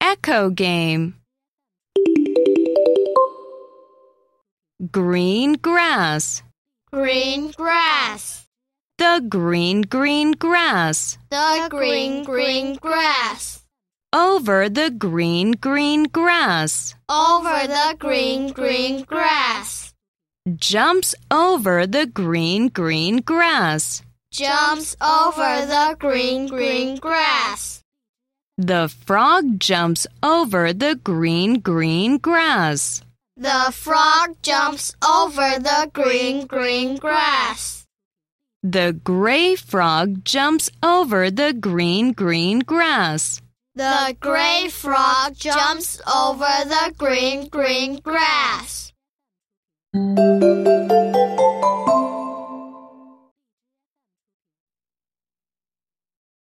Echo game. Green grass. Green grass. The green, green grass. The green, green grass. Over the green, green grass. Over the green, green grass. Jumps over the green, green grass. Jumps over the green, green grass. The frog jumps over the green, green grass. The frog jumps over the green, green grass. The gray frog jumps over the green, green grass. The gray frog jumps over the green, green grass.